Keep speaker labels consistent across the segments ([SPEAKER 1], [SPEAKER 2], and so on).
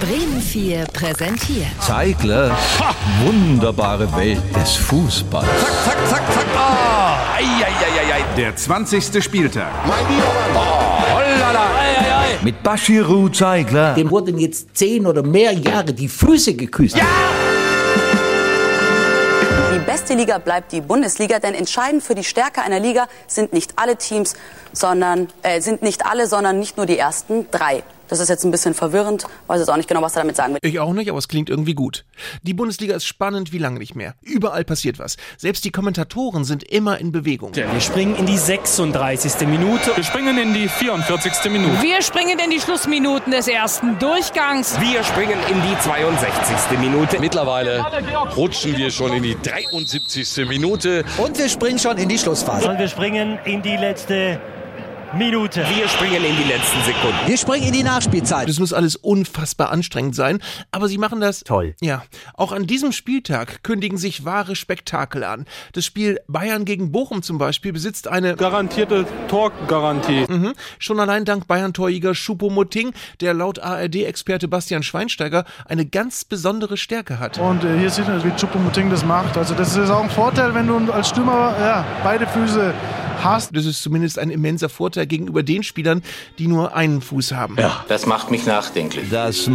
[SPEAKER 1] Bremen 4 präsentiert.
[SPEAKER 2] Zeigler. Wunderbare Welt des Fußballs.
[SPEAKER 3] Zack, zack, zack, zack. Ah, ei, ei, ei, ei, ei.
[SPEAKER 4] Der 20. Spieltag.
[SPEAKER 3] Hollala. Ei, ei, ei.
[SPEAKER 2] Mit Bashiru Zeigler.
[SPEAKER 5] dem wurden jetzt zehn oder mehr Jahre die Füße geküsst.
[SPEAKER 6] Die beste Liga bleibt die Bundesliga, denn entscheidend für die Stärke einer Liga sind nicht alle Teams, sondern äh, sind nicht alle, sondern nicht nur die ersten drei. Das ist jetzt ein bisschen verwirrend, weiß jetzt auch nicht genau, was er damit sagen will.
[SPEAKER 7] Ich auch nicht, aber es klingt irgendwie gut. Die Bundesliga ist spannend wie lange nicht mehr. Überall passiert was. Selbst die Kommentatoren sind immer in Bewegung.
[SPEAKER 8] Wir springen in die 36. Minute. Wir springen in die 44. Minute.
[SPEAKER 9] Wir springen in die Schlussminuten des ersten Durchgangs.
[SPEAKER 3] Wir springen in die 62. Minute.
[SPEAKER 10] Mittlerweile rutschen wir schon in die 73. Minute.
[SPEAKER 5] Und wir springen schon in die Schlussphase.
[SPEAKER 8] Und wir springen in die letzte Minute.
[SPEAKER 3] Wir springen in die letzten Sekunden.
[SPEAKER 5] Wir springen in die Nachspielzeit.
[SPEAKER 7] Das muss alles unfassbar anstrengend sein, aber sie machen das
[SPEAKER 5] Toll.
[SPEAKER 7] Ja, auch an diesem Spieltag kündigen sich wahre Spektakel an. Das Spiel Bayern gegen Bochum zum Beispiel besitzt eine
[SPEAKER 8] Garantierte Torgarantie.
[SPEAKER 7] Schon allein dank Bayern-Torjäger Schupomotting, der laut ARD-Experte Bastian Schweinsteiger eine ganz besondere Stärke hat.
[SPEAKER 11] Und äh, hier sieht man, wie Chupomoting das macht. Also das ist auch ein Vorteil, wenn du als Stürmer ja, beide Füße hast.
[SPEAKER 7] Das ist zumindest ein immenser Vorteil gegenüber den Spielern, die nur einen Fuß haben.
[SPEAKER 10] Das macht mich nachdenklich.
[SPEAKER 2] Das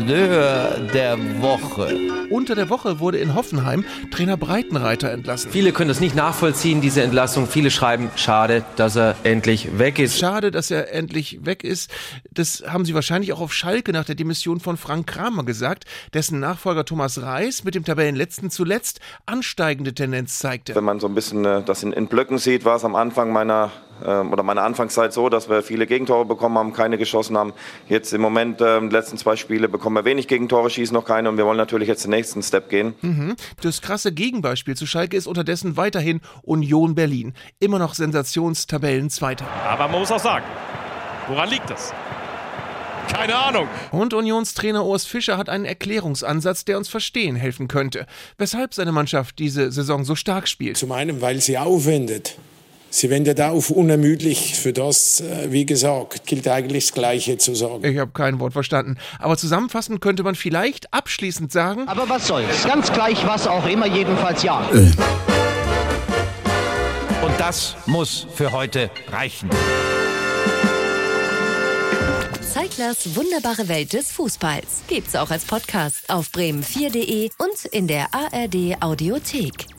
[SPEAKER 2] Malheur der Woche.
[SPEAKER 7] Unter der Woche wurde in Hoffenheim Trainer Breitenreiter entlassen.
[SPEAKER 10] Viele können das nicht nachvollziehen, diese Entlassung. Viele schreiben, schade, dass er endlich weg ist.
[SPEAKER 7] Schade, dass er endlich weg ist. Das haben sie wahrscheinlich auch auf Schalke nach der Demission von Frank Kramer gesagt, dessen Nachfolger Thomas Reis mit dem Tabellenletzten zuletzt ansteigende Tendenz zeigte.
[SPEAKER 11] Wenn man so ein bisschen äh, das in, in Blöcken sieht, war es am Anfang meiner ähm, oder meiner Anfangszeit so, dass wir viele Gegentore bekommen haben, keine geschossen haben. Jetzt im Moment, ähm, die letzten zwei Spiele, bekommen wir wenig Gegentore, schießen noch keine und wir wollen natürlich jetzt den nächsten Step gehen.
[SPEAKER 7] Das krasse Gegenbeispiel zu Schalke ist unterdessen weiterhin Union Berlin, immer noch Sensationstabellenzweiter.
[SPEAKER 8] Aber man muss auch sagen, woran liegt das? Keine Ahnung.
[SPEAKER 7] Und Unionstrainer Urs Fischer hat einen Erklärungsansatz, der uns verstehen helfen könnte, weshalb seine Mannschaft diese Saison so stark spielt.
[SPEAKER 8] Zum einen, weil sie aufwendet. Sie wendet auf unermüdlich. Für das, äh, wie gesagt, gilt eigentlich das Gleiche zu sagen.
[SPEAKER 7] Ich habe kein Wort verstanden. Aber zusammenfassend könnte man vielleicht abschließend sagen,
[SPEAKER 5] Aber was soll's? Ganz gleich was auch immer, jedenfalls ja.
[SPEAKER 2] Und das muss für heute reichen.
[SPEAKER 1] Zeiglers wunderbare Welt des Fußballs. Gibt's auch als Podcast auf bremen4.de und in der ARD Audiothek.